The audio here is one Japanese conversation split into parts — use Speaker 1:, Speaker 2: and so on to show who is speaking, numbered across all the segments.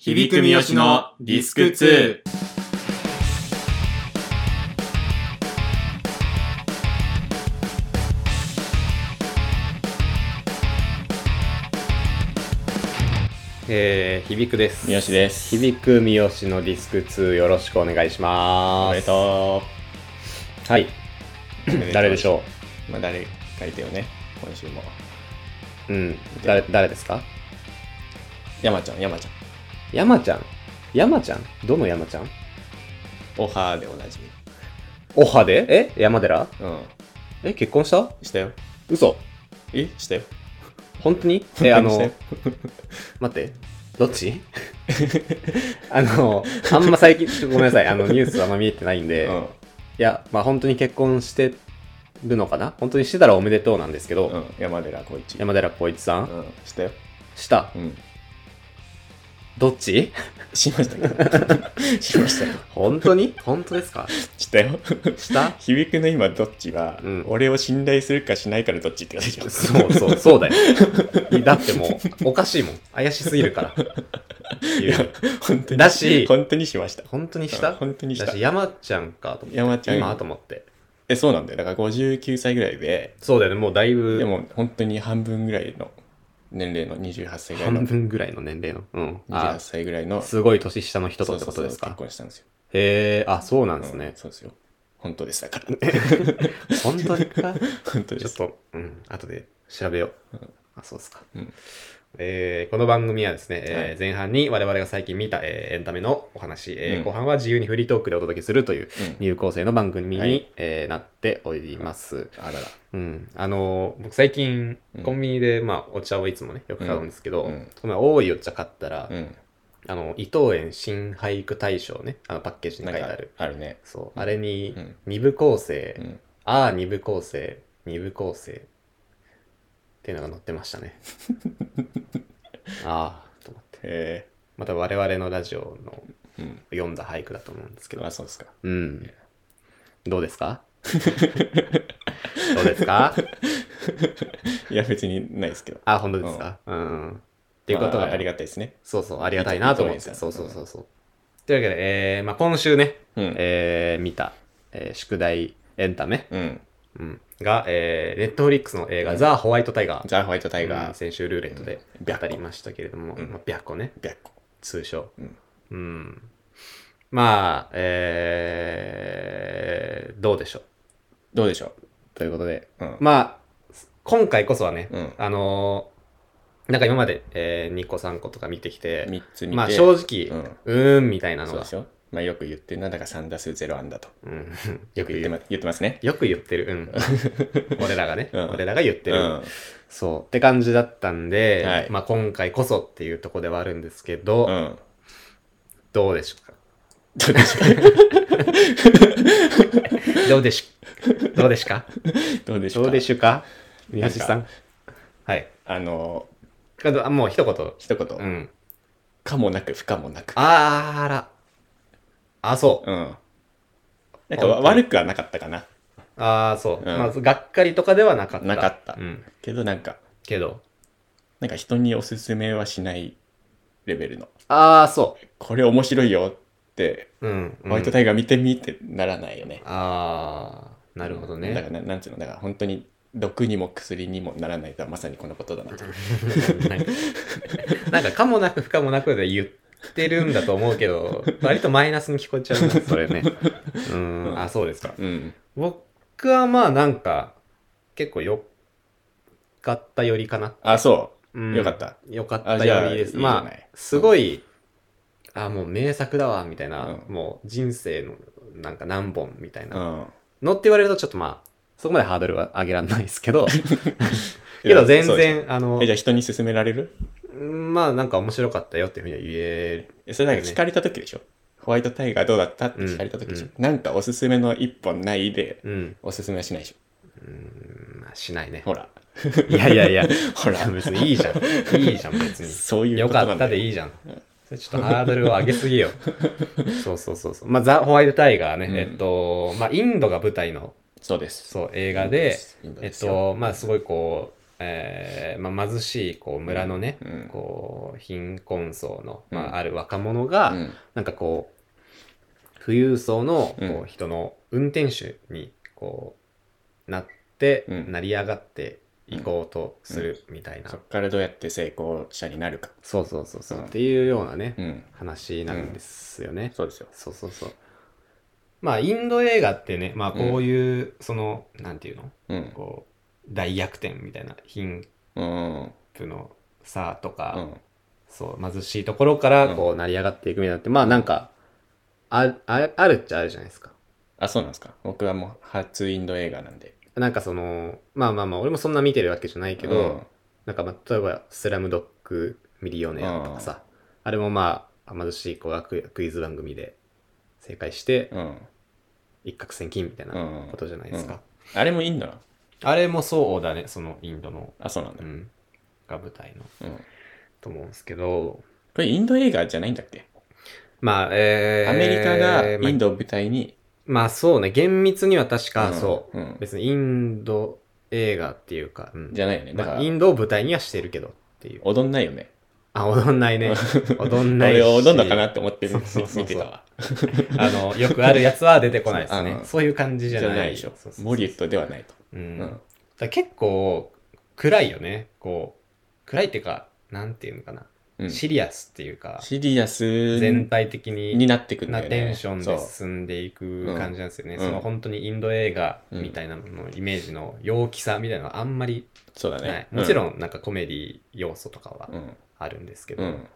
Speaker 1: 響く三好のディスク2。
Speaker 2: えー、響くです。
Speaker 1: 三好です
Speaker 2: 響く三好のディスク2よろしくお願いします。
Speaker 1: おめでと
Speaker 2: う。はい。
Speaker 1: う。
Speaker 2: 誰でしょ
Speaker 1: う。まあ誰書いてよね、今週も。
Speaker 2: う。うん。誰、誰ですか
Speaker 1: 山ちゃん、山ちゃん。
Speaker 2: 山ちゃん。山ちゃんどの山ちゃん
Speaker 1: オハーでおなじみ。
Speaker 2: おはでえ山寺
Speaker 1: うん。
Speaker 2: え結婚した
Speaker 1: したよ。
Speaker 2: 嘘
Speaker 1: えしたよ。
Speaker 2: 本当に え、あ
Speaker 1: した
Speaker 2: の
Speaker 1: よ、
Speaker 2: 待って。どっち あの、あんま最近、ちょっとごめんなさい。あの、ニュースあんま見えてないんで、いや、まあ本当に結婚してるのかな本当にしてたらおめでとうなんですけど、
Speaker 1: うん。うん。山寺宏一。
Speaker 2: 山寺宏一さん、
Speaker 1: うん。したよ。
Speaker 2: した。
Speaker 1: うん。
Speaker 2: どっち
Speaker 1: しましたか しましたよ。
Speaker 2: 本当に本当ですか
Speaker 1: したよ。
Speaker 2: した
Speaker 1: 響くの今どっちは、
Speaker 2: うん
Speaker 1: 俺を信頼するかしないかのどっちって感 じです。
Speaker 2: そうそう、そうだよ。だってもう、おかしいもん。怪しすぎる から。
Speaker 1: いや本当に。
Speaker 2: だし
Speaker 1: 本当にしました。
Speaker 2: 本当にした
Speaker 1: うん本当にした
Speaker 2: だし、山ちゃんかと思って。
Speaker 1: 山ちゃん。
Speaker 2: 今と思って。
Speaker 1: え、そうなんだよ。だから59歳ぐらいで、
Speaker 2: そうだよね、もうだいぶ。
Speaker 1: でも本当に半分ぐらいの年齢の28歳ぐらい
Speaker 2: 半
Speaker 1: の
Speaker 2: 分ぐらいの年齢の。うん。
Speaker 1: 28
Speaker 2: あ
Speaker 1: 歳ぐらいの
Speaker 2: すごい年下の人
Speaker 1: そ
Speaker 2: と
Speaker 1: う
Speaker 2: って
Speaker 1: そう
Speaker 2: こ
Speaker 1: そ
Speaker 2: と
Speaker 1: う
Speaker 2: ですか
Speaker 1: 結。婚したんですよ。
Speaker 2: へえ、あ、そうなんです
Speaker 1: う
Speaker 2: ね
Speaker 1: ん。そうですよ。本当ですだから。
Speaker 2: 本当にか
Speaker 1: 本当で
Speaker 2: ちょっ
Speaker 1: す。
Speaker 2: と、うん、後で調べよう。あ、そうですか。
Speaker 1: うん
Speaker 2: えーこの番組はですね、えー
Speaker 1: はい
Speaker 2: 前半に我々が最近見た、えーエンタメのお話、えー
Speaker 1: うん
Speaker 2: 後半は自由にフリートークでお届けするという
Speaker 1: うん
Speaker 2: 入構成の番組に、
Speaker 1: はい
Speaker 2: えーなっております。
Speaker 1: あらら。
Speaker 2: うん、あのー僕最近
Speaker 1: うん
Speaker 2: コンビニで、まあ、お茶をいつもねよく買うんですけど、
Speaker 1: うんうん
Speaker 2: この前多いお茶買ったら、
Speaker 1: うん。
Speaker 2: あの伊藤園新俳句大賞ねあのパッケージに
Speaker 1: な
Speaker 2: 書
Speaker 1: ん
Speaker 2: いて
Speaker 1: か
Speaker 2: ある
Speaker 1: あるね。
Speaker 2: そう、あれに
Speaker 1: うん
Speaker 2: 二部構成、
Speaker 1: うん。
Speaker 2: ああ二部構成二部構成っていうのが載ってました ねああと思って
Speaker 1: へ
Speaker 2: また我々のラジオの
Speaker 1: え。うん。
Speaker 2: 読んだ俳句だと思うんですけど
Speaker 1: あ、そうですか。
Speaker 2: うんどうで すかどうですか
Speaker 1: いや、別にないですけど。
Speaker 2: あ本当ですかうん、っていうこと
Speaker 1: ま
Speaker 2: が、
Speaker 1: あありがたいですね。
Speaker 2: そうそうありがたいなと思って
Speaker 1: いいと
Speaker 2: そ
Speaker 1: こ
Speaker 2: う
Speaker 1: ろです
Speaker 2: そ
Speaker 1: ね
Speaker 2: うそうそう、というわけで、えーまあ、今週ね、
Speaker 1: うん
Speaker 2: えー見た、えー宿題エンタメ、
Speaker 1: うん。
Speaker 2: うん、が、えー、ネットフリックスの映画、ザ・ホワイト・タイガー。
Speaker 1: ザ・ホワイト・タイ
Speaker 2: う
Speaker 1: ガ
Speaker 2: ん
Speaker 1: ー、
Speaker 2: 先週ルーレットで
Speaker 1: うん白
Speaker 2: 当
Speaker 1: 虎
Speaker 2: たりましたけれども、
Speaker 1: うん
Speaker 2: まあ、白虎ね、
Speaker 1: 白虎。
Speaker 2: 通称。
Speaker 1: うん
Speaker 2: うんまあ、えー、どうでしょう。
Speaker 1: どうでしょ
Speaker 2: ということで、
Speaker 1: ううん。
Speaker 2: まあ、今回こそはね、
Speaker 1: うん
Speaker 2: あのーなんか今まで、えー、2個3個とか見てきて、
Speaker 1: 3つ見て。
Speaker 2: まあ正直、
Speaker 1: うん
Speaker 2: うーんみたいなの
Speaker 1: そう
Speaker 2: が
Speaker 1: で、しょ。まあよく言ってるな、だから3打数0安打と。
Speaker 2: うん
Speaker 1: よく言ってま言ってますね。
Speaker 2: よく言って る、うん、俺らがね、
Speaker 1: うん
Speaker 2: 俺らが言って
Speaker 1: う
Speaker 2: る、
Speaker 1: ん。
Speaker 2: そうって感じだったんで、
Speaker 1: はい
Speaker 2: まあ、今回こそっていうところではあるんですけど、
Speaker 1: うん。
Speaker 2: どうでしょうか
Speaker 1: どうでしょ
Speaker 2: どうでしどうでしか
Speaker 1: うどうでしょう
Speaker 2: どう
Speaker 1: か
Speaker 2: でしゅか三橋さんはい
Speaker 1: あの、
Speaker 2: あとあもう一言
Speaker 1: 一言、
Speaker 2: うん
Speaker 1: かもなく不可もなく。
Speaker 2: あらあそう
Speaker 1: うん。なんかわ悪くはなかったかな。
Speaker 2: ああそう、
Speaker 1: ん
Speaker 2: まずがっかりとかではなかった
Speaker 1: なかった
Speaker 2: うん、
Speaker 1: けどなんか、
Speaker 2: けど
Speaker 1: なんか人におすすめはしないレベルの。
Speaker 2: ああそ
Speaker 1: これ面白いよって、
Speaker 2: ううん、うん、
Speaker 1: ホワイトタイガー見てみってならないよね。
Speaker 2: ああなるほどね、
Speaker 1: だからな、なんつうの、だから本当に毒にも薬にもならないとはまさにこのことだなと。
Speaker 2: なんかかもなく不可もなくで言ってるんだと思うけど、割とマイナスに聞こえちゃうな、それね。うん、あ、そうですか。
Speaker 1: うん。
Speaker 2: 僕はまあなんか、結構よかったよりかな。
Speaker 1: あ、そう。
Speaker 2: うん
Speaker 1: よかった。
Speaker 2: よかっ
Speaker 1: あ
Speaker 2: た
Speaker 1: じゃあ
Speaker 2: よりです。
Speaker 1: いいじゃない
Speaker 2: まあ、すごい、あ、もう名作だわ、みたいな、
Speaker 1: うん
Speaker 2: もう人生のなんか何本みたいうな。
Speaker 1: ん。
Speaker 2: のって言われるとちょっとまあ、そこまでハードルは上げられないです けど、けど全
Speaker 1: そうでし
Speaker 2: 然、あ
Speaker 1: ょ。
Speaker 2: の
Speaker 1: え、、じゃあ人に勧められる
Speaker 2: まあなんか面白かったよっていうふうには言え
Speaker 1: えそれなんか聞かれた時でしょ、ホワイトタイガーどうだったって聞かれた時でしょ、
Speaker 2: うん
Speaker 1: なんかおすすめの一本ないで、
Speaker 2: うん、
Speaker 1: おすすめはしないでし
Speaker 2: まあ、しないね
Speaker 1: ょ。ほら。
Speaker 2: いやいやいや、
Speaker 1: ほら。
Speaker 2: 別にいいじゃん。いいじゃん、別に。
Speaker 1: そういう
Speaker 2: よ
Speaker 1: ことな
Speaker 2: か
Speaker 1: んだよ。
Speaker 2: ったでいいじゃん。それちょっとハードルを上げ すぎよ。そうそうそうそう。まあ、ザ・ホワイト・タイガーね、
Speaker 1: うん
Speaker 2: えっと、まあ、インドが舞台の
Speaker 1: そうです。
Speaker 2: そう映画で
Speaker 1: インド、
Speaker 2: え
Speaker 1: で
Speaker 2: っ
Speaker 1: すよ
Speaker 2: と、まあ、すごいこう、えーまあ、貧しいこう村のね、
Speaker 1: うん
Speaker 2: こう貧困層の、ま
Speaker 1: うん
Speaker 2: あ、ある若者が、
Speaker 1: うん
Speaker 2: なんかこう富裕層のこう、
Speaker 1: うん
Speaker 2: 人の運転手にこうなって、
Speaker 1: うん
Speaker 2: 成り上がっていこうとするみたいな、
Speaker 1: そっからどうやって成功者になるか。
Speaker 2: そうそうそうそう、
Speaker 1: うん
Speaker 2: っていうようなね、
Speaker 1: うん。
Speaker 2: 話なんですよね。
Speaker 1: そうですよ。
Speaker 2: そうそうそう。まあ、インド映画ってね、まあ、こういう、その、なんていうの
Speaker 1: うん。
Speaker 2: こう、大逆転みたいな、貧
Speaker 1: うん。
Speaker 2: 富の差とか、
Speaker 1: うん。
Speaker 2: そう、貧しいところから、こう、成り上がっていくみたいなって、まあ、なんか、あああるっちゃあるじゃないですか。
Speaker 1: あ、そうなんですか。僕はもう初インド映画なんで。
Speaker 2: なんかその、まあまあまあ、俺もそんな見てるわけじゃないけど、
Speaker 1: うん
Speaker 2: なんか、まあ、例えば、スラムドッグミリオネアとかさ、あれもまあ、貧しい子がククイズ番組で正解して、
Speaker 1: うん。
Speaker 2: 一攫千金みたいな
Speaker 1: うん
Speaker 2: ことじゃないですか。
Speaker 1: うんあれもインドなの
Speaker 2: あれもそうだね、そのインドの、
Speaker 1: あ、そうなん
Speaker 2: う
Speaker 1: だ。
Speaker 2: ん、が舞台の、
Speaker 1: うん。
Speaker 2: と思うんですけど、
Speaker 1: これインド映画じゃないんだっけ
Speaker 2: まあ、えー、
Speaker 1: アメリカが
Speaker 2: まあ
Speaker 1: インドを舞台に。
Speaker 2: まあそうね、厳密には確か、
Speaker 1: うん
Speaker 2: そう、
Speaker 1: うん
Speaker 2: 別にインド映画っていうか、うん
Speaker 1: じゃないよね。だか
Speaker 2: ま
Speaker 1: ら
Speaker 2: あ、イ、ンドを舞台にはしてるけどっていう。
Speaker 1: 踊んないよね。
Speaker 2: あ、踊 んないね。踊んないし。
Speaker 1: 俺を踊んのかなって思って
Speaker 2: そうそうそうそう
Speaker 1: 見てたわ。
Speaker 2: あの、よくあるやつは出てこないです
Speaker 1: そう
Speaker 2: ね
Speaker 1: う。ん
Speaker 2: そういう感じじ
Speaker 1: じ
Speaker 2: ゃ
Speaker 1: ゃ
Speaker 2: ない
Speaker 1: ないでしょ
Speaker 2: そうそう。そう
Speaker 1: モリウッドではないと。
Speaker 2: う。
Speaker 1: うん
Speaker 2: だか
Speaker 1: ん。
Speaker 2: ら結構、暗いよね。こう、暗いっていうか、なんていうのかな。
Speaker 1: うん
Speaker 2: シリアスっていうか、
Speaker 1: シリアス
Speaker 2: 全体的
Speaker 1: に
Speaker 2: に
Speaker 1: なってくんだ
Speaker 2: な
Speaker 1: よね。
Speaker 2: テンションで
Speaker 1: そう
Speaker 2: 進んでいく感じなんですよね。
Speaker 1: うん
Speaker 2: その本当にインド映画みたいなののイメージの陽気さみたいなのはあんまり
Speaker 1: そうだ
Speaker 2: ない。
Speaker 1: ね。
Speaker 2: もち
Speaker 1: ん。
Speaker 2: ろんなんかコメディ要素とかは
Speaker 1: うん。
Speaker 2: あるんですけど、
Speaker 1: うん。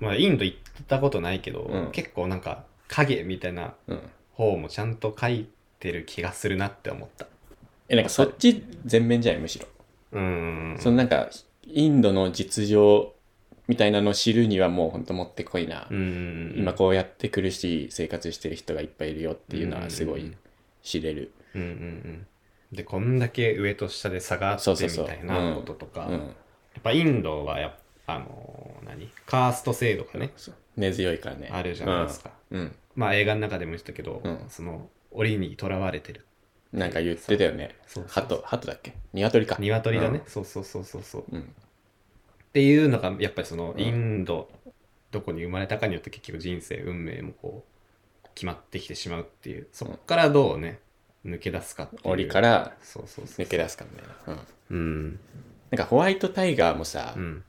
Speaker 2: まあインド行ったことないけど、
Speaker 1: うん
Speaker 2: 結構なんか影みたいな
Speaker 1: うん。
Speaker 2: 方もちゃんと書いてる気がするなって思った。
Speaker 1: え、なんかそっち全面じゃないむしろ。
Speaker 2: うーん。
Speaker 1: そのなんか、インドの実情みたいなのを知るにはもうほんともってこいな
Speaker 2: う。ん。
Speaker 1: 今こうやって苦しい生活してる人がいっぱいいるよっていうのはすごい知れる。
Speaker 2: うんうんうん。で、こんだけ上と下で差があって
Speaker 1: そう
Speaker 2: み
Speaker 1: そうそう
Speaker 2: たいなこととか。
Speaker 1: うん。
Speaker 2: やっぱインドはやっぱあのー何カースト制度がね
Speaker 1: そう根強いからね。
Speaker 2: あるじゃないですか、
Speaker 1: うん。
Speaker 2: まあ映画の中でも言ってたけど、
Speaker 1: うん
Speaker 2: その檻にとらわれてる
Speaker 1: うん。なんか言ってたよね。
Speaker 2: そうそうそう
Speaker 1: 鳩、鳩だっけ鶏か。
Speaker 2: 鶏だね、
Speaker 1: うん
Speaker 2: そうそうそうそうそうっ
Speaker 1: うん。
Speaker 2: ていうのがやっぱりその
Speaker 1: うん
Speaker 2: インド、どこに生まれたかによって結局人生運命もこう決まってきてしまうっていうそこからどうね抜け出すかっていう
Speaker 1: 檻から
Speaker 2: そうそうそう
Speaker 1: 抜け出すかみたいな。うん。
Speaker 2: うん
Speaker 1: なんかホワイトタイガーもさ、
Speaker 2: うん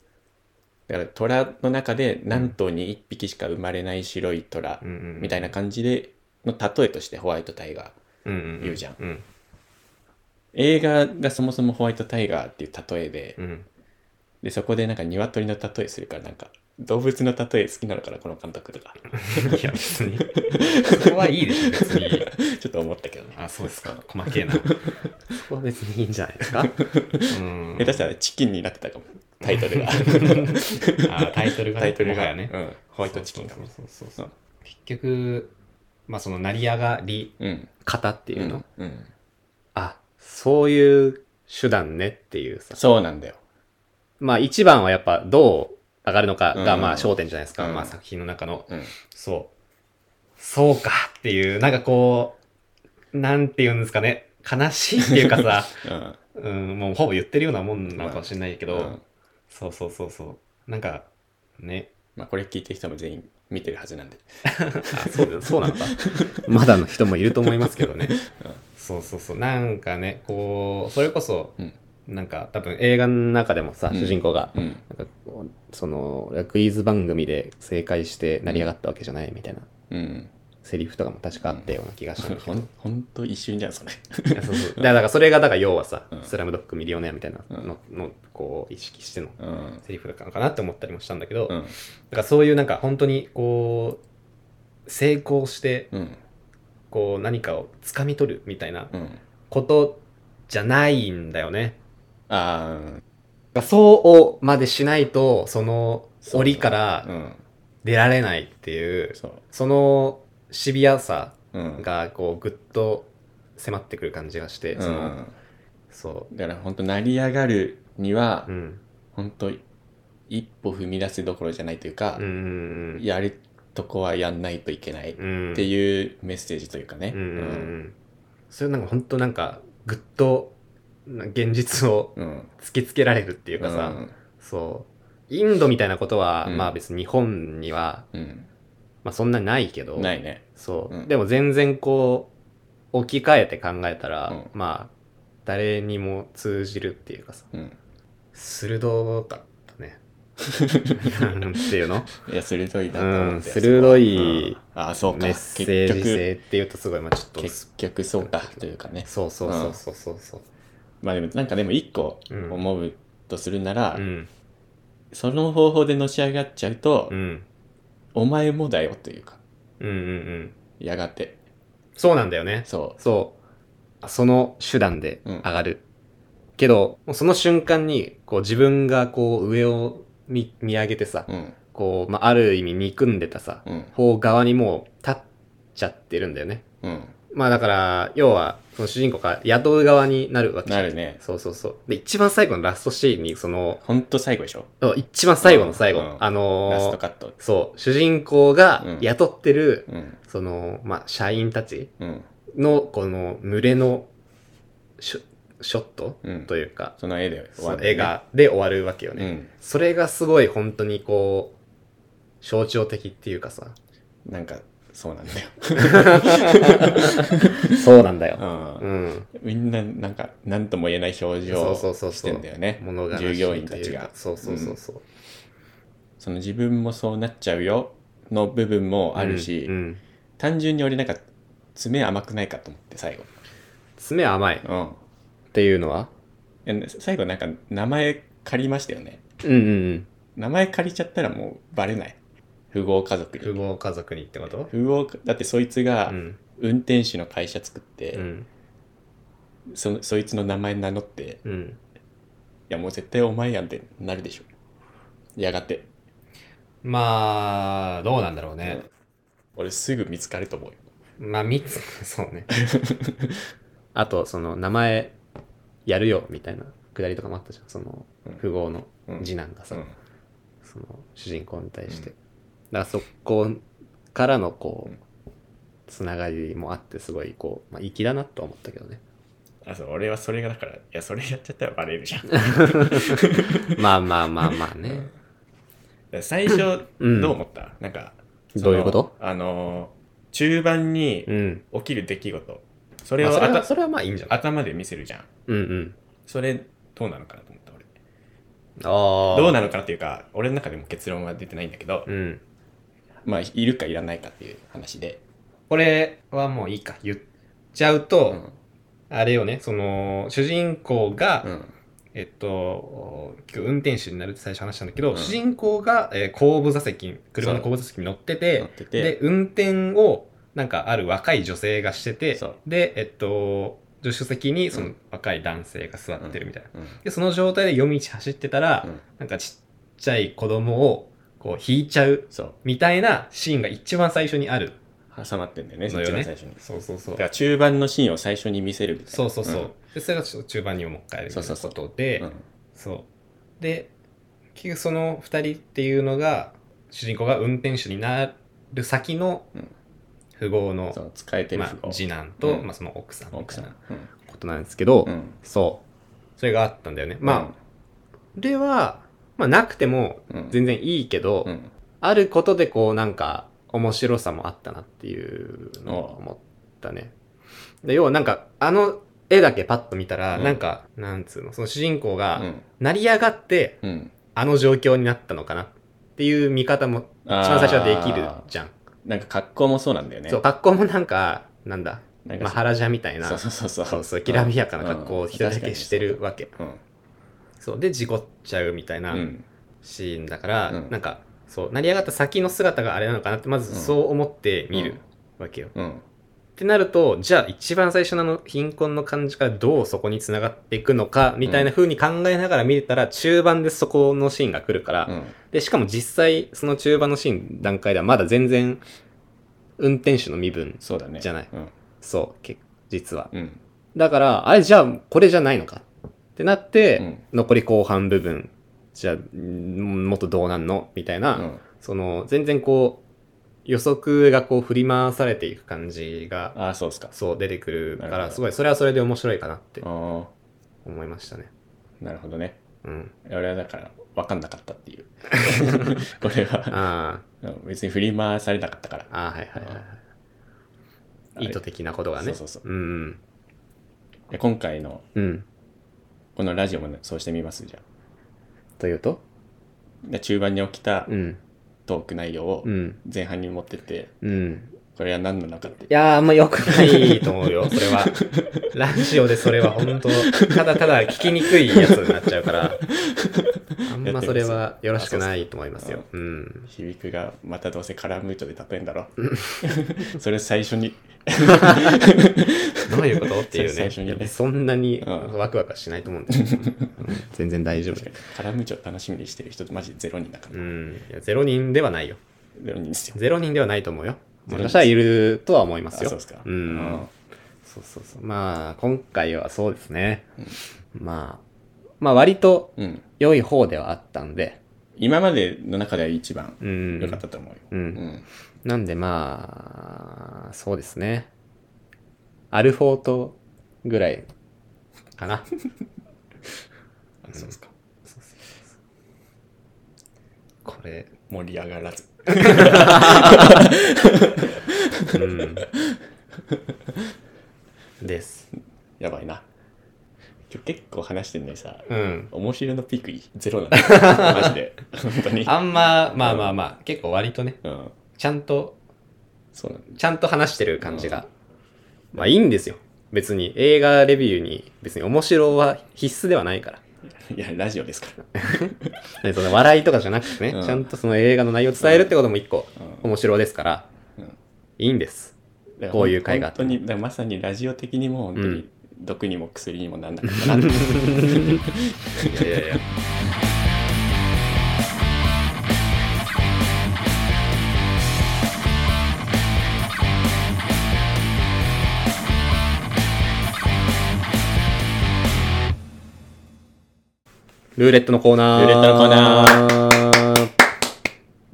Speaker 1: だから虎の中で何頭に1匹しか生まれない白い虎
Speaker 2: うんうん
Speaker 1: みたいな感じでの例えとしてホワイトタイガー
Speaker 2: うんうん
Speaker 1: 言うじゃん
Speaker 2: うん
Speaker 1: 映画がそもそもホワイトタイガーっていう例えで
Speaker 2: うん
Speaker 1: でそこでなんか鶏の例えするからなんか動物の例え好きなのかなこの監督とか
Speaker 2: いや別にそこはいいでしょ別に
Speaker 1: ちょっと思ったけどね
Speaker 2: あ、そうですか。細けえな。 そこは別にいいんじゃないですか。うん。
Speaker 1: 下手したらチキンになってたかもタイト ルが
Speaker 2: あタイトルがね、
Speaker 1: タイトル
Speaker 2: もは
Speaker 1: が、
Speaker 2: やね。
Speaker 1: うん、ホワイトチキンかも
Speaker 2: そうそうそうそう
Speaker 1: うん
Speaker 2: 結局、まあその成り上がり
Speaker 1: うん
Speaker 2: 方っていうの、
Speaker 1: うんうん
Speaker 2: あ、そういう手段ねっていうさ。
Speaker 1: そうなんだよ
Speaker 2: まあ一番はやっぱどう上がるのかが
Speaker 1: うん
Speaker 2: まあ焦点じゃないですか。
Speaker 1: うん
Speaker 2: まあ作品の中の。
Speaker 1: うん
Speaker 2: そう。そうかっていう、なんかこう、なんて言うんですかね。悲しいっていうか さ、
Speaker 1: うん
Speaker 2: うん、もうほぼ言ってるようなもんなのかもしれないけど、
Speaker 1: うん
Speaker 2: そうそうそうそう。なんか、ね。
Speaker 1: まあこれ聞いてる人も全員見てるはずなんで
Speaker 2: あ、そうだ、そうなのか。 まだの人もいると思いますけどね。 そうそうそう。なんかね、こう、それこそ、
Speaker 1: うん
Speaker 2: なんか多分映画の中でもさ、
Speaker 1: うん
Speaker 2: 主人公が、
Speaker 1: うん
Speaker 2: なんかこうその、クイズ番組で正解して成り上がったわけじゃないみたいな。
Speaker 1: う ん
Speaker 2: セリフとかも確かあったような気がしたんだけ
Speaker 1: ほ
Speaker 2: ど
Speaker 1: んほんと一瞬じゃんそれ
Speaker 2: いやそうそうだからだからそれがだから要はさ「
Speaker 1: うん
Speaker 2: スラムドッグミリオネア」みたいなの,、のこう意識しての
Speaker 1: うん
Speaker 2: セリフだったのかなって思ったりもしたんだけど、
Speaker 1: うん
Speaker 2: だからそういうなんか本当にこう成功して
Speaker 1: うん
Speaker 2: こう何かを掴み取るみたいな
Speaker 1: うん
Speaker 2: ことじゃないんだよね。
Speaker 1: あ
Speaker 2: だからそうまでしないとその
Speaker 1: そう
Speaker 2: 檻か
Speaker 1: あう
Speaker 2: ら
Speaker 1: ん
Speaker 2: 出られないっていう
Speaker 1: そう
Speaker 2: そのシビアさ
Speaker 1: うん
Speaker 2: がこうぐっと迫ってくる感じがして、
Speaker 1: う
Speaker 2: その
Speaker 1: ん
Speaker 2: そ
Speaker 1: だから本当成り上がるには
Speaker 2: ううん
Speaker 1: 本当一歩踏み出すどころじゃないというか
Speaker 2: うんうん
Speaker 1: やるとこはやんないといけないっ
Speaker 2: うん
Speaker 1: ていうメッセージというかね
Speaker 2: うんうんうんそれなんか本当なんかぐっとな現実を
Speaker 1: うん。
Speaker 2: 突きつけられるっていうかさ、
Speaker 1: うん
Speaker 2: そうインドみたいなことは、
Speaker 1: うん
Speaker 2: まあ別に日本には、
Speaker 1: うん。
Speaker 2: まあ、そんなにないけど
Speaker 1: ないね。
Speaker 2: そう、
Speaker 1: うん
Speaker 2: でも全然こう置き換えて考えたら、
Speaker 1: うん
Speaker 2: まあ誰にも通じるっていうかさ
Speaker 1: うん。
Speaker 2: 鋭かったねなんてい うの
Speaker 1: いや、鋭いなと
Speaker 2: う
Speaker 1: 思
Speaker 2: ん
Speaker 1: って。
Speaker 2: 鋭
Speaker 1: うん。
Speaker 2: い
Speaker 1: ああ、そうか。
Speaker 2: メッセージ性っていうとすごい、まあ、ちょっと
Speaker 1: 結局、結局そうか、というかね。
Speaker 2: そうそうそうそうそうそう
Speaker 1: まあでも、なんかでも一個
Speaker 2: うん
Speaker 1: 思うとするなら、
Speaker 2: うん
Speaker 1: その方法でのし上がっちゃうと、
Speaker 2: うん
Speaker 1: お前もだよというか、
Speaker 2: うんうんうん
Speaker 1: やがて。
Speaker 2: そうなんだよね
Speaker 1: そ
Speaker 2: そうその手段で
Speaker 1: うん
Speaker 2: 上がる、けどもうその瞬間にこう自分がこう上を見見上げてさ、
Speaker 1: う。うん。
Speaker 2: こう、まあ、ある意味憎んでたさ、
Speaker 1: うん。
Speaker 2: 方側にもう立っちゃってるんだよね
Speaker 1: うん。
Speaker 2: まあだから要はその主人公が雇う側になるわけじゃ
Speaker 1: なんるね。
Speaker 2: そうそうそうで一番最後のラストシーンにその
Speaker 1: ほんと最後でしょ
Speaker 2: 一番最後の最後、
Speaker 1: うん
Speaker 2: あのー
Speaker 1: ラストカット。
Speaker 2: そう、主人公が
Speaker 1: うん
Speaker 2: 雇ってる、
Speaker 1: うん。
Speaker 2: その、まあ、社員たち
Speaker 1: うん。
Speaker 2: の、この、群れのショ、ショット、
Speaker 1: うん
Speaker 2: というか、
Speaker 1: その絵で
Speaker 2: その
Speaker 1: るね
Speaker 2: 絵。が、で終わるわけよ
Speaker 1: う
Speaker 2: ね、
Speaker 1: ん。
Speaker 2: それがすごい本当にこう、象徴的っていうかさ。
Speaker 1: なんか、そうなんだよ。
Speaker 2: そうなんだよ。
Speaker 1: う。
Speaker 2: うんん。
Speaker 1: みんな、なんか、なんとも言えない表情
Speaker 2: そうそうそうそ
Speaker 1: を
Speaker 2: う
Speaker 1: してんだよね。
Speaker 2: 物悲しいというか
Speaker 1: 従業員たちが。
Speaker 2: そうそうそ
Speaker 1: ん
Speaker 2: うそう。
Speaker 1: その自分もそうなっちゃうよの部分もあるし、
Speaker 2: うんうん
Speaker 1: 単純に俺なんか、爪甘くないかと思って、最後。
Speaker 2: 爪甘いっ
Speaker 1: うん。
Speaker 2: ていうのは
Speaker 1: え最後なんか名前借りましたよね
Speaker 2: うんうんうん。
Speaker 1: 名前借りちゃったらもうバレない富豪家族
Speaker 2: 不
Speaker 1: に
Speaker 2: 合家族にってこと
Speaker 1: 富豪だってそいつが
Speaker 2: うん。
Speaker 1: 運転手の会社作って
Speaker 2: う、ん。
Speaker 1: そそいつの名前名乗ってい
Speaker 2: うん。
Speaker 1: やもう絶対お前やんってなるでしょやがて、
Speaker 2: まあ、どうなんだろうね。
Speaker 1: 俺すぐ見つかると思うよ
Speaker 2: まあ、三つ、 そう ね。あと、その、名前、やるよ、みたいな、くだりとかもあったじゃん。その
Speaker 1: うん、
Speaker 2: 富豪の
Speaker 1: うん
Speaker 2: 次男がさ、
Speaker 1: うん
Speaker 2: その、主人公に対して。
Speaker 1: うん
Speaker 2: だから、そこからの、こ
Speaker 1: うん
Speaker 2: う、つながりもあって、すごい、こう、まあ、粋だなとは思ったけどね。
Speaker 1: あそう俺はそれがだからいやそれやっちゃったらバレるじゃん
Speaker 2: まあまあまあまあね。
Speaker 1: 最初ど
Speaker 2: うん
Speaker 1: う思った、なんかその
Speaker 2: どういうこと
Speaker 1: あのー中盤に
Speaker 2: うん。
Speaker 1: 起きる出来事、そ
Speaker 2: そ
Speaker 1: れ
Speaker 2: れ
Speaker 1: を
Speaker 2: は、それ
Speaker 1: あた
Speaker 2: はそれはまあいいんじゃない
Speaker 1: 頭で見せるじゃん
Speaker 2: うんうん。
Speaker 1: それどうなのかなと思った俺
Speaker 2: ああ。
Speaker 1: どうなのかなっていうか俺の中でも結論は出てないんだけど、
Speaker 2: うん。
Speaker 1: まあいるかいらないかっていう話で、
Speaker 2: これはもういいか、言っちゃうと、
Speaker 1: うん
Speaker 2: あれよね、その、主人公が、
Speaker 1: うん
Speaker 2: えっと、今日運転手になるって最初話したんだけど、
Speaker 1: うん
Speaker 2: 主人公が、えー後部座席、車の
Speaker 1: そう
Speaker 2: 後部座席に乗って、
Speaker 1: 乗っててて
Speaker 2: で、運転を、なんかある若い女性がしてて
Speaker 1: そう、
Speaker 2: で、えっと、助手席にその
Speaker 1: うん
Speaker 2: 若い男性が座ってるみたいな。
Speaker 1: うん
Speaker 2: で、その状態で夜道走ってたら、
Speaker 1: うん
Speaker 2: なんかちっちゃい子供を、こう、引いちゃう、
Speaker 1: そう
Speaker 2: みたいなシーンが一番最初にある
Speaker 1: 挟まってんだよね
Speaker 2: の
Speaker 1: 一
Speaker 2: よ
Speaker 1: 番
Speaker 2: ね。
Speaker 1: 最初に
Speaker 2: そうそうそう
Speaker 1: だか。ら中盤のシーンを最初に見せるみたいな
Speaker 2: そうそうそう。で、それがちょっと中盤にももう一回あるみたいな
Speaker 1: そ
Speaker 2: こ
Speaker 1: うそ
Speaker 2: とで、
Speaker 1: うんうん
Speaker 2: そう。で、結局その二人っていうのが、主人公が運転手になる先の
Speaker 1: うん
Speaker 2: 富豪の、
Speaker 1: そう使えてる
Speaker 2: ま
Speaker 1: 符号
Speaker 2: あ、次男と、
Speaker 1: うん
Speaker 2: まあ、その奥さんみ
Speaker 1: 奥
Speaker 2: た
Speaker 1: さ
Speaker 2: い
Speaker 1: ん
Speaker 2: なことなんですけど、
Speaker 1: うんうん
Speaker 2: そう。それがあったんだよね。まあ、これは、まあ、なくても
Speaker 1: うん
Speaker 2: 全然いいけど、
Speaker 1: うん
Speaker 2: あることでこう、なんか、面白さもあったなっていうのを思ったね。で要はなんか、あの絵だけパッと見たら、
Speaker 1: うん
Speaker 2: なんか、なんつうの、その主人公
Speaker 1: う
Speaker 2: が、
Speaker 1: ん
Speaker 2: 成り上がって、
Speaker 1: うん
Speaker 2: あの状況になったのかなっていう見方も
Speaker 1: 一
Speaker 2: 一番最初はできるじゃん。
Speaker 1: なんか格好もそうなんだよね
Speaker 2: そう、格好もなんか、なんだ、
Speaker 1: なん
Speaker 2: マ
Speaker 1: か
Speaker 2: ハラジャみたいな、
Speaker 1: そう
Speaker 2: そ
Speaker 1: そううそうそう
Speaker 2: そう、きらびやかな格好を一人だ
Speaker 1: うん
Speaker 2: けしてるわけ。
Speaker 1: うん
Speaker 2: そう、で、事故っちゃうみたいな
Speaker 1: うん
Speaker 2: シーンだから、
Speaker 1: うん
Speaker 2: なんか、そう、成り上がった先の姿があれなのかなって、まずそう思って見るわけよ。
Speaker 1: うん
Speaker 2: ってなると、じゃあ一番最初のあの貧困の感じからどうそこに繋がっていくのか、みたいな風に考えながら見れたら、中盤でそこのシーンが来るから、
Speaker 1: うん
Speaker 2: で、しかも実際、その中盤のシーン段階ではまだ全然、運転手の身分、
Speaker 1: そうだね
Speaker 2: じゃない
Speaker 1: うん
Speaker 2: そう、け実は。
Speaker 1: うん
Speaker 2: だから、あれ、じゃあ、これじゃないのかってなって、
Speaker 1: うん
Speaker 2: 残り後半部分、じゃあ、んもっとどうなんのみたいな、
Speaker 1: うん
Speaker 2: その、全然こう、予測がこう振り回されていく感じが、
Speaker 1: ああそうっすか
Speaker 2: そう、出てくるか
Speaker 1: なるほ
Speaker 2: ら、
Speaker 1: ど
Speaker 2: すごい、それはそれで面白いかなって
Speaker 1: ああ
Speaker 2: 思いましたね。
Speaker 1: なるほどね。
Speaker 2: うん。
Speaker 1: 俺はだから、分かんなかったって いう。これは、
Speaker 2: あ
Speaker 1: うん別に振り回されなかったから
Speaker 2: あ、。ああ、はいはいはいは
Speaker 1: あ
Speaker 2: い。
Speaker 1: れ
Speaker 2: 意図的なことがね。
Speaker 1: そうそうそ
Speaker 2: うん
Speaker 1: で今回の、
Speaker 2: うん。うん。
Speaker 1: このラジオもねそうしてみますじゃ
Speaker 2: というと
Speaker 1: あ。で中盤に起きた
Speaker 2: うん。
Speaker 1: トーク内容を
Speaker 2: うん。
Speaker 1: 前半に持ってって、
Speaker 2: うん。
Speaker 1: これは何なのかって
Speaker 2: い。やー、あんま良くないと思うよ、それは。ラジオでそれは本当ただただ聞きにくいやつになっちゃうから、あんまそれはよろしくないと思いますよ。うん。
Speaker 1: 響くがまたどうせカラムーチョで例えんだろ。 それ最初に。
Speaker 2: どういうことって いう
Speaker 1: それ最初にね
Speaker 2: ね。やっぱそんなに
Speaker 1: うん
Speaker 2: ワクワクはしないと思うんですよ。うん 全然大丈夫
Speaker 1: 確。かにカラムーチョを楽しみにしてる人マジゼロ人だから
Speaker 2: う。ん。いや、ゼロ人ではないよ。
Speaker 1: ゼロ人ですよ。
Speaker 2: ゼロ人ではないと思うよ。もしかしたらいるとは思いま
Speaker 1: あ
Speaker 2: す
Speaker 1: そう
Speaker 2: よ。
Speaker 1: ですか。
Speaker 2: うんそうそうそう。まあ、今回はそうですね。まあ、まあ割と
Speaker 1: うん。うん。
Speaker 2: 良い方ではあったんで、
Speaker 1: 今までの中では一番
Speaker 2: うん。
Speaker 1: 良かったと思うよ。
Speaker 2: う。
Speaker 1: うんん。
Speaker 2: なんでまあ、そうですね。アルフォートぐらいかな。
Speaker 1: あそうですか。
Speaker 2: これ、
Speaker 1: 盛り上がらず。
Speaker 2: うん。です。
Speaker 1: やばいな。今日結構話してんのにさ、
Speaker 2: うん。
Speaker 1: 面白のピークゼロなんだ よ。マジで。本当に。
Speaker 2: あんま、まあまあまあ、結構割とね、
Speaker 1: うん。
Speaker 2: ちゃんと、
Speaker 1: そうなんだよ。
Speaker 2: ちゃんと話してる感じが。まあいいんですよ。別に映画レビューに別に面白は必須ではないから。
Speaker 1: いや、ラジオですから。
Speaker 2: ねその笑いとかじゃなくてね、
Speaker 1: うん
Speaker 2: ちゃんとその映画の内容を伝えるってことも一個
Speaker 1: うん
Speaker 2: 面白ですから、
Speaker 1: うん
Speaker 2: いいんです。
Speaker 1: だから
Speaker 2: こういう会があっ
Speaker 1: 本
Speaker 2: て
Speaker 1: 当に、だからまさにラジオ的にも、本当
Speaker 2: う
Speaker 1: に
Speaker 2: ん、
Speaker 1: 毒にも薬にもなんなかったなっ て。
Speaker 2: いやいやいや。ルーレットのコーナー。
Speaker 1: ルーレットのコー
Speaker 2: ナー。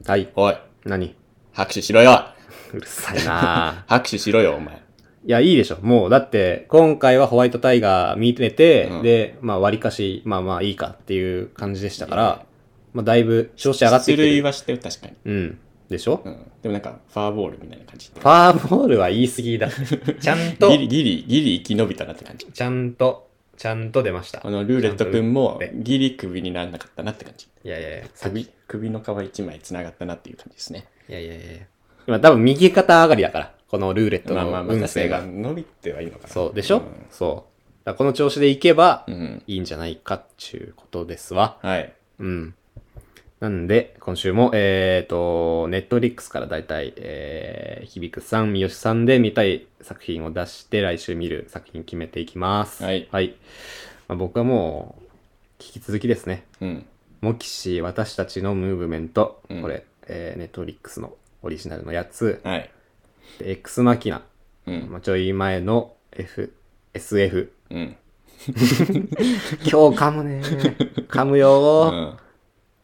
Speaker 2: はい。
Speaker 1: おい、
Speaker 2: 何
Speaker 1: 拍手しろよ
Speaker 2: うるさいな
Speaker 1: 拍手しろよ、お前。
Speaker 2: いや、いいでしょ。もう、だって、今回はホワイトタイガー見てて、
Speaker 1: うん
Speaker 2: で、まあ、割かし、まあまあいいかっていう感じでしたか
Speaker 1: いいね
Speaker 2: ら、まあ、だいぶ調子上がってき
Speaker 1: 出
Speaker 2: て
Speaker 1: 塁
Speaker 2: る。
Speaker 1: はしてる、確かに。
Speaker 2: うん。でしょ、
Speaker 1: うん。でもなんか、ファーボールみたいな感じ。
Speaker 2: ファーボールは言い過 ぎだ。ちゃんと、
Speaker 1: ギリギリ、ギリ生き延びたなって感じ。
Speaker 2: ちゃんと、ちゃんと出ました。
Speaker 1: あの、ルーレット君も
Speaker 2: ちゃんと打っ、
Speaker 1: ギリ首にならなかったなって感じ。
Speaker 2: ていやいやいや、
Speaker 1: 首、首の皮一枚繋がったなっていう感じですね。
Speaker 2: いやいやいや。今、多分右肩上がりだから、このルーレット
Speaker 1: まあまあ
Speaker 2: の
Speaker 1: まあ、確
Speaker 2: 運
Speaker 1: か
Speaker 2: 勢
Speaker 1: に
Speaker 2: が。
Speaker 1: 伸びてはいいのかな。
Speaker 2: そう、でしょ、そう。だからこの調子でいけば
Speaker 1: う、ん。うん。
Speaker 2: いいんじゃないかっていうことですわ。
Speaker 1: はい。
Speaker 2: うん。なんで、今週も、えっ、と、ネットリックスからだいたい、えー、響くさん、三好さんで見たい作品を出して、来週見る作品決めていきます。
Speaker 1: はい
Speaker 2: まあ、僕はもう、引き続きですね。
Speaker 1: うん。
Speaker 2: モキシー、私たちのムーブメント。
Speaker 1: うん
Speaker 2: これ、えー、ネットリックスのオリジナルのやつ。
Speaker 1: はい。
Speaker 2: で、エクスマキナ。
Speaker 1: うん。
Speaker 2: まあ、ちょい前の F、SF。
Speaker 1: うん。
Speaker 2: 今日噛む ねー。噛むよー。
Speaker 1: うん。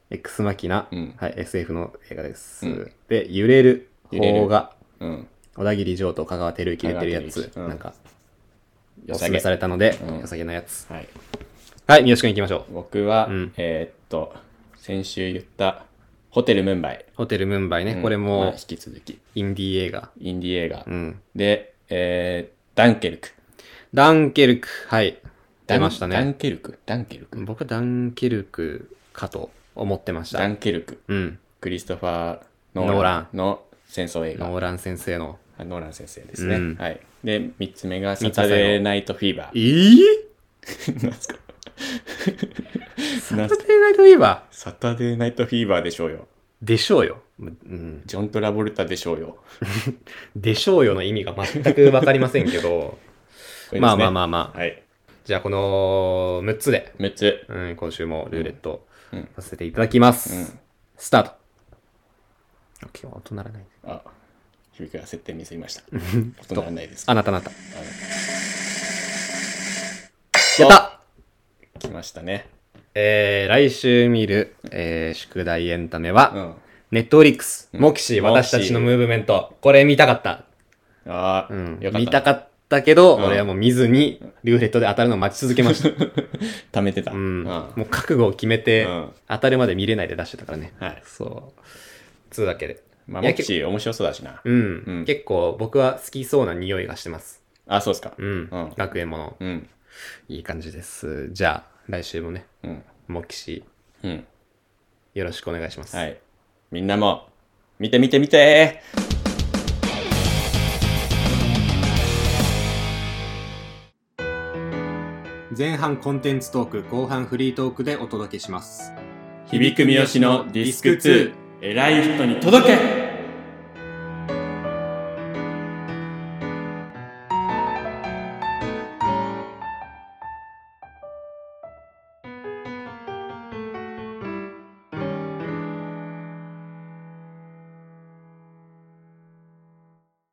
Speaker 2: エクスマキナ、
Speaker 1: うん
Speaker 2: はい、SF の映画です。
Speaker 1: うん
Speaker 2: で、揺れる
Speaker 1: 揺れる
Speaker 2: 方が、
Speaker 1: うん。
Speaker 2: 小田切城と香川照之出てるや
Speaker 1: 香川
Speaker 2: つ、
Speaker 1: 照之うん
Speaker 2: なんか、
Speaker 1: 良
Speaker 2: おす
Speaker 1: さ
Speaker 2: す
Speaker 1: げ
Speaker 2: めされたので、
Speaker 1: うん
Speaker 2: 良さげなやつ。
Speaker 1: はい。
Speaker 2: はい、三好くん行きましょう。
Speaker 1: 僕は、
Speaker 2: うん
Speaker 1: えーっと、先週言った、ホテルムンバイ。
Speaker 2: ホテルムンバイね、
Speaker 1: うん
Speaker 2: これ
Speaker 1: まあ
Speaker 2: も
Speaker 1: 引、き続き、
Speaker 2: インディー映画。
Speaker 1: インディ映画。
Speaker 2: うん。
Speaker 1: で、えー、ダンケルク。
Speaker 2: ダンケルク、はい、
Speaker 1: ダ
Speaker 2: 出
Speaker 1: ン
Speaker 2: ました
Speaker 1: ダ
Speaker 2: ね
Speaker 1: ン。ケルク。ダンケルク。
Speaker 2: 僕はダンケルクかと思ってまし
Speaker 1: ダ
Speaker 2: た。
Speaker 1: ンケルク。
Speaker 2: うん。
Speaker 1: クリストファー・
Speaker 2: ノ
Speaker 1: ノ
Speaker 2: ー
Speaker 1: ー
Speaker 2: ラ
Speaker 1: ラ
Speaker 2: ン
Speaker 1: ンの戦争映画。
Speaker 2: ノーラン先生の。
Speaker 1: あノーラン先生ですね。
Speaker 2: うん
Speaker 1: はい。で、三つ目が、
Speaker 2: 三
Speaker 1: サ
Speaker 2: つ目の
Speaker 1: タデー・ナイト・フィーバ
Speaker 2: え
Speaker 1: ー。
Speaker 2: ぇ
Speaker 1: なんすか
Speaker 2: サタデーナイトフィーバ
Speaker 1: サタデー・ナイト・フィーバーでしょうよ。
Speaker 2: ーでしょうよ。うん。
Speaker 1: ジョン・トラボルタでしょうよ。
Speaker 2: でしょうよの意味が全くわかりませんけ ど、
Speaker 1: これですね
Speaker 2: まあまあまあまあ。
Speaker 1: はい。
Speaker 2: じゃあこの6つで、
Speaker 1: 6つ。
Speaker 2: うん、今週もルーレット
Speaker 1: うん
Speaker 2: させていただきます。
Speaker 1: うん
Speaker 2: スタート。今日は音鳴らない。
Speaker 1: あ、響くが設定ミスりま した。音ならないです。
Speaker 2: あなたあなた。
Speaker 1: の
Speaker 2: やった
Speaker 1: 来ましたね。
Speaker 2: えー、来週見る、えー、宿題エンタメは、
Speaker 1: うん。
Speaker 2: ネットフリックス、
Speaker 1: うん
Speaker 2: モキシー、私たちのムーブメント、これ見たかった。
Speaker 1: ああ、
Speaker 2: うん、
Speaker 1: よかった。
Speaker 2: 見たかっったけど、
Speaker 1: うん
Speaker 2: 俺はもう見ずに、ルーレットで当たるのを待ち続け ました。
Speaker 1: 貯めてた。
Speaker 2: うん。
Speaker 1: あ
Speaker 2: もう覚悟を決めて、
Speaker 1: うん
Speaker 2: 当たるまで見れないで出してたからね。
Speaker 1: はい。
Speaker 2: そう。つうだけで。
Speaker 1: まあ、
Speaker 2: いや
Speaker 1: モッチー面白そうだしな。
Speaker 2: うん。
Speaker 1: うん
Speaker 2: 結構僕は好きそうな匂いがしてます。
Speaker 1: あ、そうですか。
Speaker 2: うん。
Speaker 1: うん
Speaker 2: 学園もの。
Speaker 1: うん。
Speaker 2: いい感じです。じゃあ、来週もね、
Speaker 1: うん。
Speaker 2: モキシ
Speaker 1: うん。
Speaker 2: よろしくお願いします。
Speaker 1: はい。みんなも、見て見て見て
Speaker 2: 前半コンテンツトーク、後半フリートークでお届けします。
Speaker 1: 響く三好のディスク2、偉い人に届け